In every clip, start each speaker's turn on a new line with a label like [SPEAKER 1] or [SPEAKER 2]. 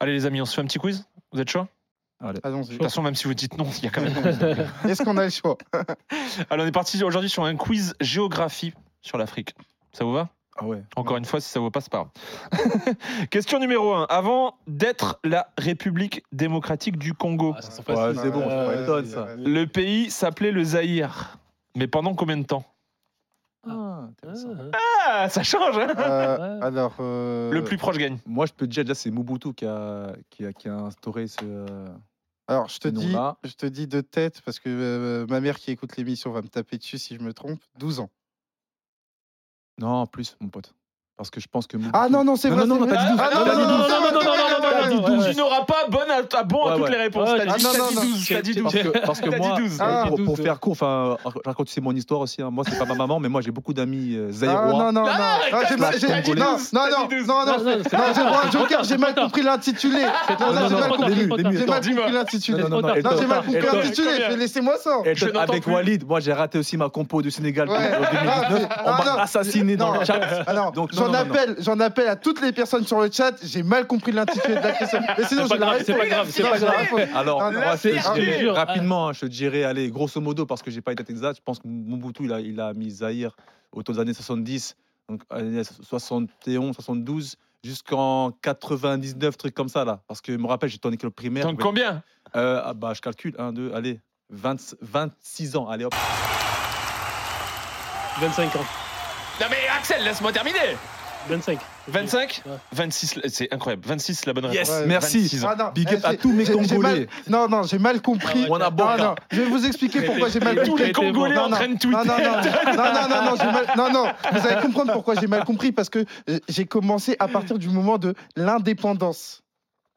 [SPEAKER 1] Allez les amis, on se fait un petit quiz Vous êtes chaud
[SPEAKER 2] Allons-y.
[SPEAKER 1] De toute façon, même si vous dites non, il y a quand même.
[SPEAKER 2] Est-ce qu'on a le choix
[SPEAKER 1] Alors, on est parti aujourd'hui sur un quiz géographie sur l'Afrique. Ça vous va
[SPEAKER 3] Ah ouais.
[SPEAKER 1] Encore une fois, si ça vous passe pas. Question numéro 1. Avant d'être la République démocratique du Congo,
[SPEAKER 4] Ah, ça sent
[SPEAKER 3] Ouais,
[SPEAKER 4] facile.
[SPEAKER 3] c'est bon,
[SPEAKER 4] Euh,
[SPEAKER 3] je m'étonne, ça.
[SPEAKER 1] le pays s'appelait le Zaïre. Mais pendant combien de temps
[SPEAKER 3] Ah,
[SPEAKER 4] Ah,
[SPEAKER 3] intéressant.
[SPEAKER 1] Ah, ça change hein
[SPEAKER 2] Euh, Alors. euh,
[SPEAKER 1] Le plus proche gagne.
[SPEAKER 3] Moi, je peux te dire, déjà, c'est Mobutu qui a, qui, a, qui a instauré ce. euh,
[SPEAKER 2] Alors, je te,
[SPEAKER 3] Non,
[SPEAKER 2] dis,
[SPEAKER 3] là.
[SPEAKER 2] je te dis de tête, parce que euh, ma mère qui écoute l'émission va me taper dessus si je me trompe. 12 ans.
[SPEAKER 3] Non, en plus, mon pote. Parce que je pense que. Mobutu-
[SPEAKER 2] Ah non, non, c'est
[SPEAKER 3] Non,
[SPEAKER 2] vrai.
[SPEAKER 3] non,
[SPEAKER 2] c'est
[SPEAKER 3] non,
[SPEAKER 2] vrai.
[SPEAKER 3] t'as dit douze.
[SPEAKER 2] Ah non,
[SPEAKER 3] T'as
[SPEAKER 2] non,
[SPEAKER 3] dit
[SPEAKER 2] non,
[SPEAKER 3] douze.
[SPEAKER 2] non, non, non, non, non,
[SPEAKER 4] T'as
[SPEAKER 2] non, non, non.
[SPEAKER 4] dit douze. Ouais, ouais.
[SPEAKER 1] Tu n'auras pas bonne à, à bon à
[SPEAKER 3] Ouais,
[SPEAKER 1] toutes
[SPEAKER 3] ouais.
[SPEAKER 1] les réponses.
[SPEAKER 4] Ouais, Ah,
[SPEAKER 1] T'as
[SPEAKER 4] t'as
[SPEAKER 1] dit-
[SPEAKER 2] dit-
[SPEAKER 1] t'as
[SPEAKER 2] non,
[SPEAKER 1] dit
[SPEAKER 2] non,
[SPEAKER 1] 12, t'as dit 12.
[SPEAKER 3] Parce que, parce que
[SPEAKER 1] T'as dit
[SPEAKER 3] moi, euh,
[SPEAKER 1] 12.
[SPEAKER 2] Ah,
[SPEAKER 3] pour, pour
[SPEAKER 4] douze.
[SPEAKER 3] faire court, enfin, euh, je raconte aussi mon histoire aussi. hein. Moi, c'est pas ma maman, mais moi, j'ai beaucoup d'amis euh,
[SPEAKER 2] Ah,
[SPEAKER 3] zaïrois.
[SPEAKER 2] non, non, non.
[SPEAKER 1] Ah,
[SPEAKER 2] Ah, j'ai-
[SPEAKER 3] t'as
[SPEAKER 2] j'ai-
[SPEAKER 3] dit
[SPEAKER 2] Non,
[SPEAKER 1] douze,
[SPEAKER 2] non,
[SPEAKER 1] t'as
[SPEAKER 2] non,
[SPEAKER 1] dit douze.
[SPEAKER 2] non, non.
[SPEAKER 4] non, c'est-
[SPEAKER 2] Non, j'ai droit à Joker, j'ai mal
[SPEAKER 4] trop tard.
[SPEAKER 2] compris l'intitulé. Non, non,
[SPEAKER 3] non,
[SPEAKER 2] j'ai
[SPEAKER 3] non,
[SPEAKER 2] mal
[SPEAKER 3] non,
[SPEAKER 2] compris.
[SPEAKER 3] les
[SPEAKER 4] Trop
[SPEAKER 3] murs,
[SPEAKER 4] tard.
[SPEAKER 3] les
[SPEAKER 2] J'ai
[SPEAKER 3] murs.
[SPEAKER 2] mal
[SPEAKER 1] Dis-moi.
[SPEAKER 2] compris
[SPEAKER 3] Non,
[SPEAKER 2] l'intitulé.
[SPEAKER 3] non, non,
[SPEAKER 4] Trop
[SPEAKER 3] elle
[SPEAKER 4] tard.
[SPEAKER 2] Non,
[SPEAKER 3] donne-
[SPEAKER 2] j'ai mal
[SPEAKER 3] elle
[SPEAKER 2] compris
[SPEAKER 3] donne-
[SPEAKER 2] l'intitulé. mais Laissez-moi ça.
[SPEAKER 3] elle
[SPEAKER 1] Je
[SPEAKER 3] donne-
[SPEAKER 1] n'entends
[SPEAKER 3] avec
[SPEAKER 1] plus.
[SPEAKER 3] Walid, moi j'ai raté aussi ma compo du Sénégal euh,
[SPEAKER 2] Ouais.
[SPEAKER 3] en 2019.
[SPEAKER 2] Ah,
[SPEAKER 3] on m'a
[SPEAKER 2] ah, non.
[SPEAKER 3] assassiné dans
[SPEAKER 2] Non.
[SPEAKER 3] le chat.
[SPEAKER 2] Ah non,
[SPEAKER 3] Donc, non,
[SPEAKER 2] j'en
[SPEAKER 3] non, non, non.
[SPEAKER 2] appelle, j'en appelle à toutes les personnes sur le chat. J'ai mal compris l'intitulé de la question. Mais sinon,
[SPEAKER 4] C'est pas
[SPEAKER 2] j'ai la
[SPEAKER 4] grave, c'est
[SPEAKER 2] réponse.
[SPEAKER 4] pas grave, c'est
[SPEAKER 2] Non,
[SPEAKER 4] pas
[SPEAKER 2] j'ai la
[SPEAKER 4] grave.
[SPEAKER 2] réponse.
[SPEAKER 3] Alors,
[SPEAKER 2] Ah,
[SPEAKER 3] moi,
[SPEAKER 2] la
[SPEAKER 3] c'est-
[SPEAKER 1] fierté.
[SPEAKER 3] je-
[SPEAKER 4] Je jure.
[SPEAKER 3] rapidement, hein, je dirais, allez, grosso modo, parce que j'ai pas les dates exactes, je pense que Mobutu, il a, il a mis Zahir autour des années 70, donc années 71, 72, jusqu'en 99, truc comme ça, là. Parce que, je me rappelle, j'étais en école primaire.
[SPEAKER 1] Donc combien
[SPEAKER 3] Euh, ah, bah, je calcule, 1, 2, allez, 20 26 ans, allez, hop.
[SPEAKER 4] 25 ans.
[SPEAKER 1] Non mais Axel, laisse-moi terminer
[SPEAKER 4] 25.
[SPEAKER 1] 25
[SPEAKER 4] Ouais.
[SPEAKER 1] 26, c'est incroyable. 26, la bonne réponse.
[SPEAKER 3] Yes,
[SPEAKER 2] Ouais,
[SPEAKER 3] merci.
[SPEAKER 1] 26 ans.
[SPEAKER 2] Ah non,
[SPEAKER 3] Big
[SPEAKER 2] eh,
[SPEAKER 3] up à
[SPEAKER 2] j'ai-
[SPEAKER 3] tous mes
[SPEAKER 2] j'ai- j'ai
[SPEAKER 3] Congolais.
[SPEAKER 2] mal- Non, non, j'ai mal compris.
[SPEAKER 3] On a beau,
[SPEAKER 2] Non,
[SPEAKER 3] hein.
[SPEAKER 2] non, je vais vous expliquer pourquoi j'ai mal
[SPEAKER 4] Mais
[SPEAKER 1] Tous
[SPEAKER 2] compris.
[SPEAKER 1] les Congolais
[SPEAKER 2] Non,
[SPEAKER 1] en
[SPEAKER 2] non,
[SPEAKER 1] train de
[SPEAKER 2] Non, non, non,
[SPEAKER 1] tweeter.
[SPEAKER 2] non, non, non, non, j'ai mal- non, non, vous allez comprendre pourquoi j'ai mal compris, parce que euh, j'ai commencé à partir du moment de l'indépendance.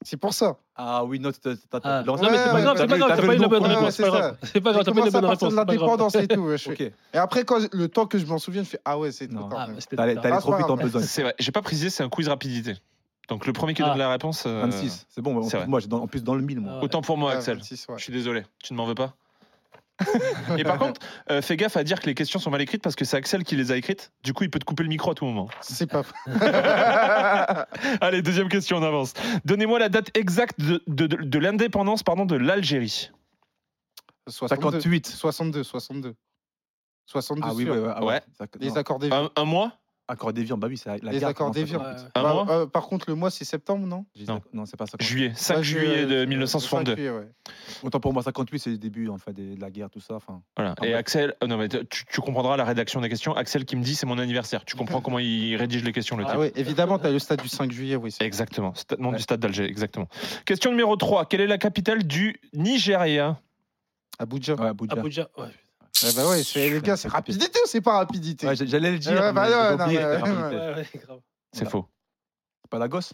[SPEAKER 2] C'est pour ça.
[SPEAKER 3] Ah oui, non, t'as- t'as- t'as
[SPEAKER 4] Ah. Non,
[SPEAKER 3] lancé-
[SPEAKER 4] mais c'est
[SPEAKER 2] Ouais,
[SPEAKER 4] pas grave,
[SPEAKER 3] t'as
[SPEAKER 4] c'est pas
[SPEAKER 3] vu-
[SPEAKER 4] grave,
[SPEAKER 3] t'as
[SPEAKER 4] t'as
[SPEAKER 3] vu
[SPEAKER 4] pas eu
[SPEAKER 3] le
[SPEAKER 4] la
[SPEAKER 3] mot
[SPEAKER 4] bonne
[SPEAKER 3] pour-
[SPEAKER 4] réponse. c'est pas
[SPEAKER 2] Ouais,
[SPEAKER 4] grave. C'est pas
[SPEAKER 2] J'ai
[SPEAKER 4] grave, t'as pas eu
[SPEAKER 2] commencé à
[SPEAKER 4] la bonne
[SPEAKER 2] partir de
[SPEAKER 4] réponse. c'est pas grave.
[SPEAKER 2] l'indépendance et tout. ouais, je fais-
[SPEAKER 3] Ok,
[SPEAKER 2] Et après, quand je- le temps que je m'en souviens, je fais Ah ouais, c'est trop
[SPEAKER 3] Non.
[SPEAKER 2] tard.
[SPEAKER 4] Ah,
[SPEAKER 2] même.
[SPEAKER 4] mais c'était
[SPEAKER 3] t'allais
[SPEAKER 4] tard.
[SPEAKER 3] t'allais
[SPEAKER 2] Ah,
[SPEAKER 3] trop
[SPEAKER 2] c'est
[SPEAKER 3] vite
[SPEAKER 2] pas
[SPEAKER 3] en
[SPEAKER 2] grave.
[SPEAKER 3] besogne.
[SPEAKER 1] C'est vrai, j'ai pas précisé, c'est un quiz rapidité. Donc le premier qui
[SPEAKER 4] Ah.
[SPEAKER 1] donne la réponse. euh,
[SPEAKER 3] 26, c'est bon, en
[SPEAKER 1] c'est
[SPEAKER 3] plus,
[SPEAKER 1] vrai.
[SPEAKER 3] moi, j'ai dans- en plus dans le mille, moi.
[SPEAKER 4] Ah.
[SPEAKER 1] Autant pour moi,
[SPEAKER 2] Ouais,
[SPEAKER 1] Axel.
[SPEAKER 2] 26, ouais.
[SPEAKER 1] Je suis désolé, tu ne m'en veux pas. Et par contre, euh, fais gaffe à dire que les questions sont mal écrites parce que c'est Axel qui les a écrites. Du coup, il peut te couper le micro à tout moment.
[SPEAKER 2] C'est pas vrai.
[SPEAKER 1] Allez, deuxième question, on avance. Donnez-moi la date exacte de, de- de- de l'indépendance pardon, de l'Algérie.
[SPEAKER 2] 62.
[SPEAKER 3] 58.
[SPEAKER 2] 62, 62. 62
[SPEAKER 3] Ah oui,
[SPEAKER 2] sûr.
[SPEAKER 3] ouais, ouais, ah
[SPEAKER 1] Ouais.
[SPEAKER 3] ouais. D'accord,
[SPEAKER 2] Les
[SPEAKER 3] non.
[SPEAKER 2] accords d'Évian.
[SPEAKER 1] Un, un mois
[SPEAKER 3] Accord d'Évian, bah oui, c'est la
[SPEAKER 2] Les
[SPEAKER 3] guerre
[SPEAKER 2] accords
[SPEAKER 3] commence à-
[SPEAKER 2] d'Évian.
[SPEAKER 4] Ouais.
[SPEAKER 1] Un
[SPEAKER 2] Bah,
[SPEAKER 1] mois
[SPEAKER 2] euh, par contre, le mois, c'est septembre, non Bah,
[SPEAKER 3] J'ai-
[SPEAKER 1] Non.
[SPEAKER 3] Non, c'est pas 58.
[SPEAKER 1] Juillet, 5
[SPEAKER 2] Pas
[SPEAKER 1] juillet de 1962.
[SPEAKER 2] 5 euh, juillet, ouais.
[SPEAKER 3] Autant pour moi, 58, c'est le début en fait, des- de la guerre, tout ça. Enfin,
[SPEAKER 1] Voilà.
[SPEAKER 3] Ah
[SPEAKER 1] Et
[SPEAKER 3] ouais.
[SPEAKER 1] Axel, oh non, mais t- tu, tu comprendras la rédaction des questions. Axel qui me dit c'est mon anniversaire. Tu comprends comment il rédige les questions, le type.
[SPEAKER 2] Ah oui, évidemment, t'as le stade du 5 juillet, oui. c'est-
[SPEAKER 1] Exactement, Sta- nom
[SPEAKER 3] Ouais.
[SPEAKER 1] du stade d'Alger, exactement. Question numéro 3, quelle est la capitale du Nigeria
[SPEAKER 2] Abuja.
[SPEAKER 3] ouais, Abuja.
[SPEAKER 4] Abuja. ouais.
[SPEAKER 2] Eh bah ouais, c'est- les gars, c'est rapidité ou c'est pas rapidité
[SPEAKER 3] Ouais, j'ai- J'allais le dire.
[SPEAKER 2] Ouais, bah
[SPEAKER 3] mais
[SPEAKER 2] ouais,
[SPEAKER 3] j'ai
[SPEAKER 2] non,
[SPEAKER 3] oublié,
[SPEAKER 2] mais-
[SPEAKER 3] j'ai rappelé.
[SPEAKER 4] Ouais, ouais, grave.
[SPEAKER 1] C'est
[SPEAKER 3] Voilà.
[SPEAKER 1] faux.
[SPEAKER 3] C'est pas la gosse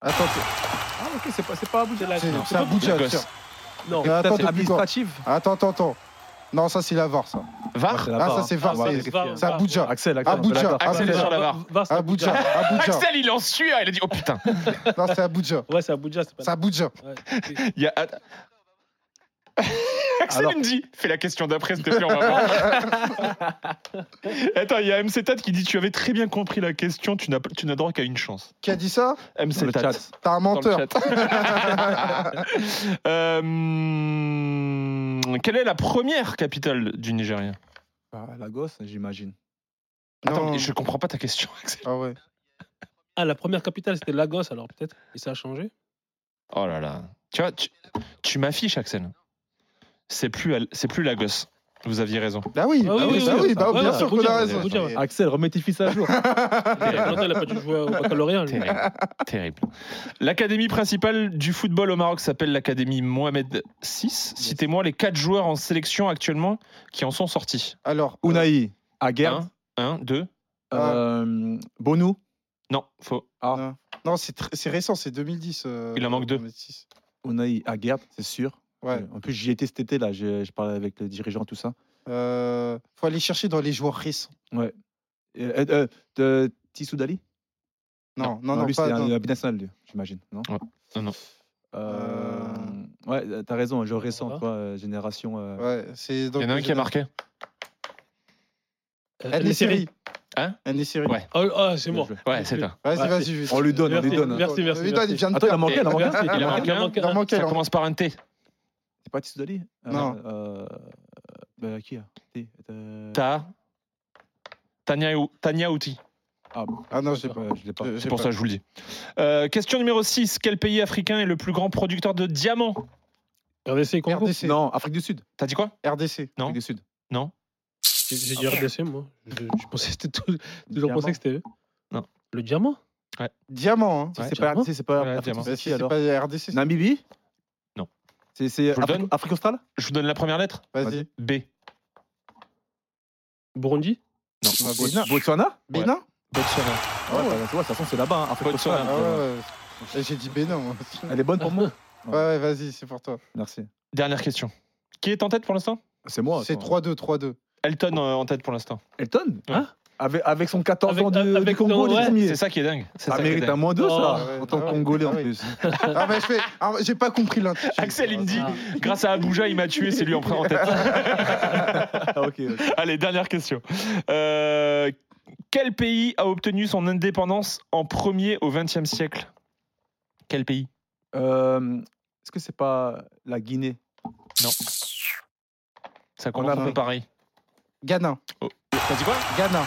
[SPEAKER 2] Attends, c'est-
[SPEAKER 3] Ah, ok, c'est pas, c'est pas Abuja.
[SPEAKER 4] C'est Ah, la-
[SPEAKER 2] c'est- c'est
[SPEAKER 4] pas-
[SPEAKER 2] Abuja,
[SPEAKER 1] Lagos.
[SPEAKER 2] sûr.
[SPEAKER 4] Non.
[SPEAKER 2] Ah, Attends,
[SPEAKER 3] C'est
[SPEAKER 2] depuis quand
[SPEAKER 3] administrative
[SPEAKER 2] Attends, attends, attends. Non, ça, c'est la VAR, ça.
[SPEAKER 1] Var
[SPEAKER 2] Ah, ça, c'est Var, c'est- C'est
[SPEAKER 4] Var,
[SPEAKER 2] Abuja.
[SPEAKER 3] Axel, Axel.
[SPEAKER 2] Abuja.
[SPEAKER 3] on est d'accord.
[SPEAKER 1] Axel est
[SPEAKER 2] Var,
[SPEAKER 1] sur la
[SPEAKER 4] Var,
[SPEAKER 1] barre.
[SPEAKER 4] Var, c'est
[SPEAKER 2] Abuja, Abuja.
[SPEAKER 1] Axel, il est en sueur, il a dit Oh putain
[SPEAKER 2] Non, c'est Abuja.
[SPEAKER 4] Ouais, c'est Abuja, c'est pas
[SPEAKER 2] C'est Abuja.
[SPEAKER 4] Ouais.
[SPEAKER 1] Il y a- Axel,
[SPEAKER 3] Alors-
[SPEAKER 1] il me dit Fais la question d'après, s'il te plaît, on va voir. Attends, il y a MC Tat qui dit Tu avais très bien compris la question, tu n'as tu n'as droit qu'à une chance.
[SPEAKER 2] Qui a dit ça
[SPEAKER 3] Sur
[SPEAKER 1] MC
[SPEAKER 3] le
[SPEAKER 1] Tat.
[SPEAKER 3] chat.
[SPEAKER 2] T'as un
[SPEAKER 1] dans le
[SPEAKER 2] menteur.
[SPEAKER 1] chat. Euh, quelle est la première capitale du Nigeria
[SPEAKER 3] Ah, La gosse, j'imagine.
[SPEAKER 1] Attends,
[SPEAKER 2] Non.
[SPEAKER 1] mais je comprends pas ta question, Axel.
[SPEAKER 2] Ah ouais.
[SPEAKER 4] Ah, la première capitale, c'était Lagos, alors peut-être. Et ça a changé.
[SPEAKER 1] Oh là là. Tu vois, tu, tu m'affiches, Axel. C'est plus, Al- c'est plus Lagos. Vous aviez raison.
[SPEAKER 2] Bah oui,
[SPEAKER 4] Ah oui,
[SPEAKER 2] bah oui,
[SPEAKER 4] oui,
[SPEAKER 2] bah
[SPEAKER 4] oui,
[SPEAKER 2] oui,
[SPEAKER 4] ça.
[SPEAKER 2] bah oui,
[SPEAKER 4] Ouais,
[SPEAKER 2] bien
[SPEAKER 4] ouais,
[SPEAKER 2] sûr qu'on
[SPEAKER 4] Abuja,
[SPEAKER 2] a raison.
[SPEAKER 4] Abuja,
[SPEAKER 2] Mais-
[SPEAKER 4] ouais.
[SPEAKER 3] Axel, remets tes fils à jour.
[SPEAKER 4] Il
[SPEAKER 1] Ah.
[SPEAKER 4] y a longtemps, il a pas dû jouer au baccalauréat. lui.
[SPEAKER 1] Terrible. Terrible. L'académie principale du football au Maroc s'appelle l'Académie Mohamed VI. Citez-moi les quatre joueurs en sélection actuellement qui en sont sortis.
[SPEAKER 2] Alors, euh,
[SPEAKER 3] Unai, Aguerre,
[SPEAKER 2] Hein
[SPEAKER 1] Un, un, deux.
[SPEAKER 3] euh, Bonou.
[SPEAKER 1] Non, faux.
[SPEAKER 2] Non, c'est tr- c'est récent, c'est 2010. euh,
[SPEAKER 1] Il en manque deux.
[SPEAKER 2] 2006.
[SPEAKER 3] Unai, Aguerre, c'est sûr. Euh,
[SPEAKER 2] Ouais.
[SPEAKER 3] En plus, j'y étais cet été, là. Je, je parlais avec le dirigeant, tout ça.
[SPEAKER 2] Euh, faut aller chercher dans les joueurs récents.
[SPEAKER 3] Euh, euh, de Tissou Dali
[SPEAKER 2] Non, non, non,
[SPEAKER 3] lui,
[SPEAKER 2] pas.
[SPEAKER 3] c'était un
[SPEAKER 2] non.
[SPEAKER 3] un binational, lui, j'imagine, non
[SPEAKER 1] Ouais. Non, non.
[SPEAKER 3] Euh, Ouais, t'as raison, un jeu récent,
[SPEAKER 4] Voilà.
[SPEAKER 3] quoi, euh, génération. euh,
[SPEAKER 2] Ouais, c'est dans
[SPEAKER 1] Il y en a un
[SPEAKER 2] le
[SPEAKER 1] qui a
[SPEAKER 2] général.
[SPEAKER 1] marqué.
[SPEAKER 4] Euh,
[SPEAKER 2] Adli Seri.
[SPEAKER 1] Hein
[SPEAKER 2] Andy Siri.
[SPEAKER 1] Ouais.
[SPEAKER 4] Ah, ah, c'est mort.
[SPEAKER 1] Ouais, c'est ça.
[SPEAKER 2] Vas-y,
[SPEAKER 4] Ouais,
[SPEAKER 2] vas-y, vite.
[SPEAKER 3] On lui donne, on lui
[SPEAKER 4] Merci,
[SPEAKER 3] donne.
[SPEAKER 4] merci, merci,
[SPEAKER 2] On lui donne,
[SPEAKER 4] merci.
[SPEAKER 2] il vient de
[SPEAKER 3] Attends, Ah, il a
[SPEAKER 2] perdre.
[SPEAKER 3] manqué, il a manqué.
[SPEAKER 1] Il
[SPEAKER 4] Il
[SPEAKER 1] en
[SPEAKER 4] en
[SPEAKER 1] manque
[SPEAKER 4] manque
[SPEAKER 1] un.
[SPEAKER 2] Il en manquait,
[SPEAKER 1] Ça
[SPEAKER 2] là.
[SPEAKER 1] commence par un T.
[SPEAKER 3] C'est pas Tissoudali
[SPEAKER 2] Non.
[SPEAKER 3] Euh, euh, qui a T, euh,
[SPEAKER 1] Ta. Tania, Ou- Tania Outi.
[SPEAKER 3] Ah, bon,
[SPEAKER 2] Ah non, je sais
[SPEAKER 3] je
[SPEAKER 2] pas.
[SPEAKER 3] ne l'ai pas.
[SPEAKER 2] Euh, je sais
[SPEAKER 1] C'est pour
[SPEAKER 2] pas.
[SPEAKER 1] ça que je vous le dis. Euh, question numéro 6. Quel pays africain est le plus grand producteur de diamants
[SPEAKER 4] RDC, Congo.
[SPEAKER 2] RDC.
[SPEAKER 3] Non, Afrique du Sud.
[SPEAKER 1] T'as dit quoi
[SPEAKER 2] RDC.
[SPEAKER 1] Non.
[SPEAKER 3] Afrique du Sud.
[SPEAKER 4] J'ai j'ai dit RDC, moi. Je, je pensais que c'était tout. Toujours
[SPEAKER 3] Diamant.
[SPEAKER 4] pensé que c'était eux.
[SPEAKER 1] Non.
[SPEAKER 4] Le diamant
[SPEAKER 2] Diamant, hein.
[SPEAKER 3] Si
[SPEAKER 1] Ouais,
[SPEAKER 3] c'est pas
[SPEAKER 4] diamant.
[SPEAKER 3] RDC, c'est pas
[SPEAKER 1] Ouais,
[SPEAKER 3] Afrique
[SPEAKER 1] diamant.
[SPEAKER 3] du
[SPEAKER 2] Bah,
[SPEAKER 3] Sud,
[SPEAKER 2] si,
[SPEAKER 3] si,
[SPEAKER 2] C'est
[SPEAKER 3] alors.
[SPEAKER 2] pas RDC.
[SPEAKER 3] Namibie
[SPEAKER 1] Non.
[SPEAKER 3] C'est- C'est
[SPEAKER 1] vous le
[SPEAKER 3] Afrique
[SPEAKER 1] donne
[SPEAKER 3] Afrique australe
[SPEAKER 1] Je vous donne la première lettre
[SPEAKER 2] Vas-y.
[SPEAKER 1] B.
[SPEAKER 4] Burundi
[SPEAKER 2] Ah,
[SPEAKER 3] Bo-
[SPEAKER 2] Bénin.
[SPEAKER 3] Botswana
[SPEAKER 2] Bénin
[SPEAKER 1] Botswana.
[SPEAKER 3] Ah Ouais, bah, tu vois, de toute façon, c'est là-bas. hein, Afrique
[SPEAKER 1] Botswana.
[SPEAKER 3] australe.
[SPEAKER 2] Ah ouais, ouais. Et J'ai dit Bénin, moi.
[SPEAKER 3] Elle est bonne pour moi.
[SPEAKER 2] Ouais, ouais, vas-y, c'est pour toi.
[SPEAKER 3] Merci.
[SPEAKER 1] Dernière question. Qui est en tête pour l'instant
[SPEAKER 3] C'est moi.
[SPEAKER 2] C'est
[SPEAKER 3] attends.
[SPEAKER 2] 3-2, 3-2.
[SPEAKER 1] Elton euh, en tête pour l'instant.
[SPEAKER 3] Elton hein
[SPEAKER 1] Ouais.
[SPEAKER 3] avec, avec son 14
[SPEAKER 4] Avec-
[SPEAKER 3] ans de,
[SPEAKER 4] avec
[SPEAKER 3] du Congo,
[SPEAKER 4] ton-
[SPEAKER 3] les
[SPEAKER 4] ouais.
[SPEAKER 3] premiers.
[SPEAKER 1] C'est ça qui est dingue. C'est ça
[SPEAKER 3] Ça
[SPEAKER 1] qui est
[SPEAKER 3] mérite
[SPEAKER 1] dingue.
[SPEAKER 3] un moins deux,
[SPEAKER 2] Oh, ouais,
[SPEAKER 3] ça. En tant que
[SPEAKER 2] bah ouais,
[SPEAKER 3] Congolais, en
[SPEAKER 2] bah ouais.
[SPEAKER 3] plus.
[SPEAKER 2] Ah bah je fais. ah, J'ai pas compris l'intitulé.
[SPEAKER 1] Axel, il me dit
[SPEAKER 4] Ah.
[SPEAKER 1] grâce à Abuja, il m'a tué, c'est lui en en tête.
[SPEAKER 3] Ah, ok. ok.
[SPEAKER 1] Allez, dernière question. Euh, quel pays a obtenu son indépendance en premier au XXe siècle Quel pays
[SPEAKER 3] Euh, Est-ce que c'est pas la Guinée
[SPEAKER 1] Ça commence
[SPEAKER 2] Hollande.
[SPEAKER 1] un peu pareil.
[SPEAKER 2] Ghana.
[SPEAKER 1] Oh. T'as dit quoi
[SPEAKER 2] Ghana.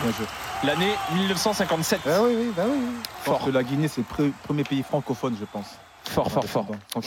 [SPEAKER 3] Bien joué.
[SPEAKER 1] L'année 1957.
[SPEAKER 2] Bah oui, oui, bah oui.
[SPEAKER 3] Je pense
[SPEAKER 1] Fort,
[SPEAKER 3] que la Guinée, c'est le pre- premier pays francophone, je pense.
[SPEAKER 1] fort, fort, fort.
[SPEAKER 3] Sans